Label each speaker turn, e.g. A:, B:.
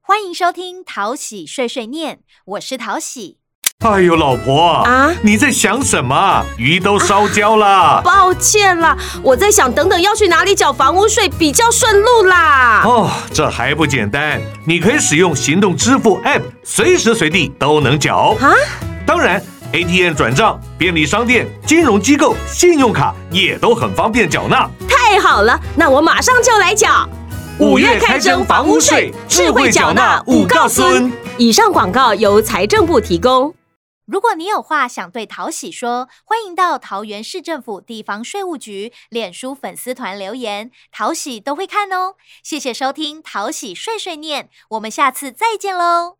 A: 欢迎收听淘喜碎碎念，我是淘喜。
B: 哎呦，老婆
C: 啊
B: 你在想什么？鱼都烧焦啦！
C: 抱歉啦，我在想等等要去哪里缴房屋税比较顺路啦。
B: 哦，这还不简单？你可以使用行动支付 App，随时随地都能缴。
C: 啊，
B: 当然，ATM 转账、便利商店、金融机构、信用卡也都很方便缴纳。
C: 太好了，那我马上就来缴。以上广告由财政部提供。
A: 如果你有话想对淘喜说，欢迎到桃园市政府地方税务局脸书粉丝团留言，淘喜都会看哦。谢谢收听淘喜碎碎念，我们下次再见喽。